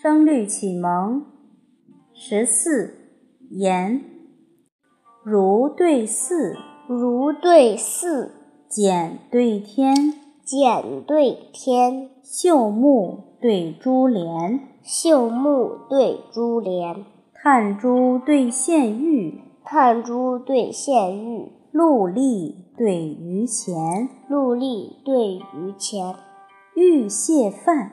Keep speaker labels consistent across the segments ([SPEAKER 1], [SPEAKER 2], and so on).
[SPEAKER 1] 声律启蒙十四言，如对似，
[SPEAKER 2] 如对似，
[SPEAKER 1] 简对天，
[SPEAKER 2] 简对天，
[SPEAKER 1] 秀木对珠帘，
[SPEAKER 2] 秀木对珠帘，
[SPEAKER 1] 探珠对献玉，
[SPEAKER 2] 探珠对献玉，
[SPEAKER 1] 陆丽对鱼钱，
[SPEAKER 2] 陆丽对鱼钱，
[SPEAKER 1] 玉蟹饭，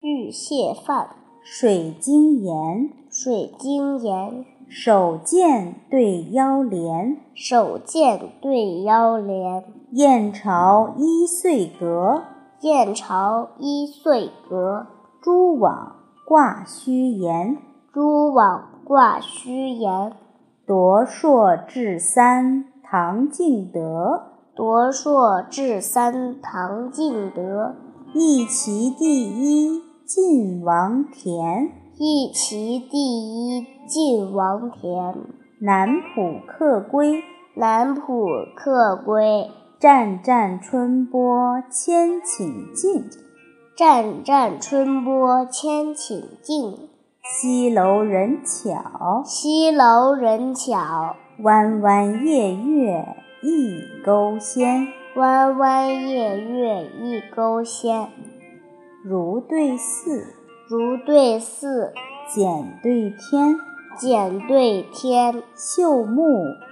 [SPEAKER 2] 玉蟹饭，
[SPEAKER 1] 水晶盐，
[SPEAKER 2] 水晶盐，
[SPEAKER 1] 手剑对腰帘，
[SPEAKER 2] 手剑对腰帘，
[SPEAKER 1] 燕巢一岁阁，
[SPEAKER 2] 燕巢一岁阁，
[SPEAKER 1] 蛛网挂须岩，
[SPEAKER 2] 蛛网挂须岩，
[SPEAKER 1] 夺硕至三唐敬德，
[SPEAKER 2] 夺硕至三唐敬德，
[SPEAKER 1] 一奇第一晋王田，
[SPEAKER 2] 一奇第一晋王田，
[SPEAKER 1] 南浦客归，
[SPEAKER 2] 南浦客归，
[SPEAKER 1] 湛湛春波千顷尽，
[SPEAKER 2] 湛湛春波千顷尽，
[SPEAKER 1] 西楼人巧，
[SPEAKER 2] 西楼人巧，
[SPEAKER 1] 弯弯夜月一钩仙。
[SPEAKER 2] 弯弯夜月一钩仙。
[SPEAKER 1] 如对似，
[SPEAKER 2] 如对似，
[SPEAKER 1] 简对天，
[SPEAKER 2] 简对天，
[SPEAKER 1] 秀木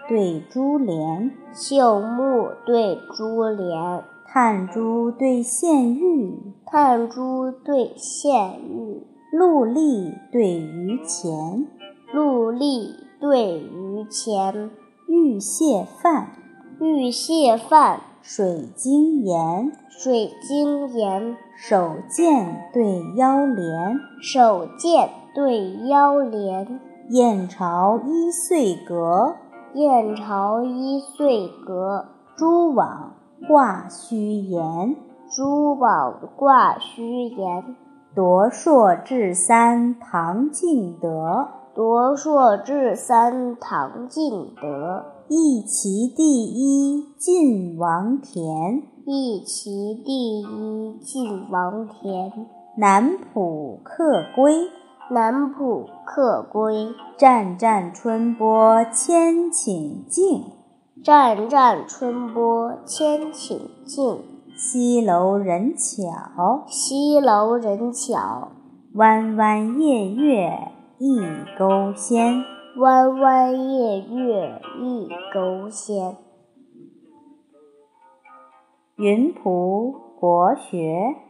[SPEAKER 1] 对珠帘，
[SPEAKER 2] 秀木对珠帘，
[SPEAKER 1] 探珠对献玉，
[SPEAKER 2] 探珠对献玉，
[SPEAKER 1] 陆丽对鱼钱，
[SPEAKER 2] 陆丽对鱼钱，
[SPEAKER 1] 玉蟹饭，
[SPEAKER 2] 玉蟹饭，
[SPEAKER 1] 水晶盐，
[SPEAKER 2] 水晶盐，
[SPEAKER 1] 手剑对腰帘，
[SPEAKER 2] 手剑对腰帘，
[SPEAKER 1] 燕巢一岁阁，
[SPEAKER 2] 燕巢一岁阁，
[SPEAKER 1] 蛛网挂须岩，
[SPEAKER 2] 蛛网挂须岩，
[SPEAKER 1] 夺硕至三唐敬德。
[SPEAKER 2] 夺硕至三唐敬德。
[SPEAKER 1] 一奇第一晋王田，
[SPEAKER 2] 一奇第一晋王田，
[SPEAKER 1] 南浦客归，
[SPEAKER 2] 南浦客归，
[SPEAKER 1] 湛湛春波千顷尽，
[SPEAKER 2] 湛湛春波千顷尽。
[SPEAKER 1] 西楼人巧，
[SPEAKER 2] 西楼人巧，
[SPEAKER 1] 弯弯夜月一钩仙。
[SPEAKER 2] 弯弯夜月一钩仙。
[SPEAKER 1] 云浦国学。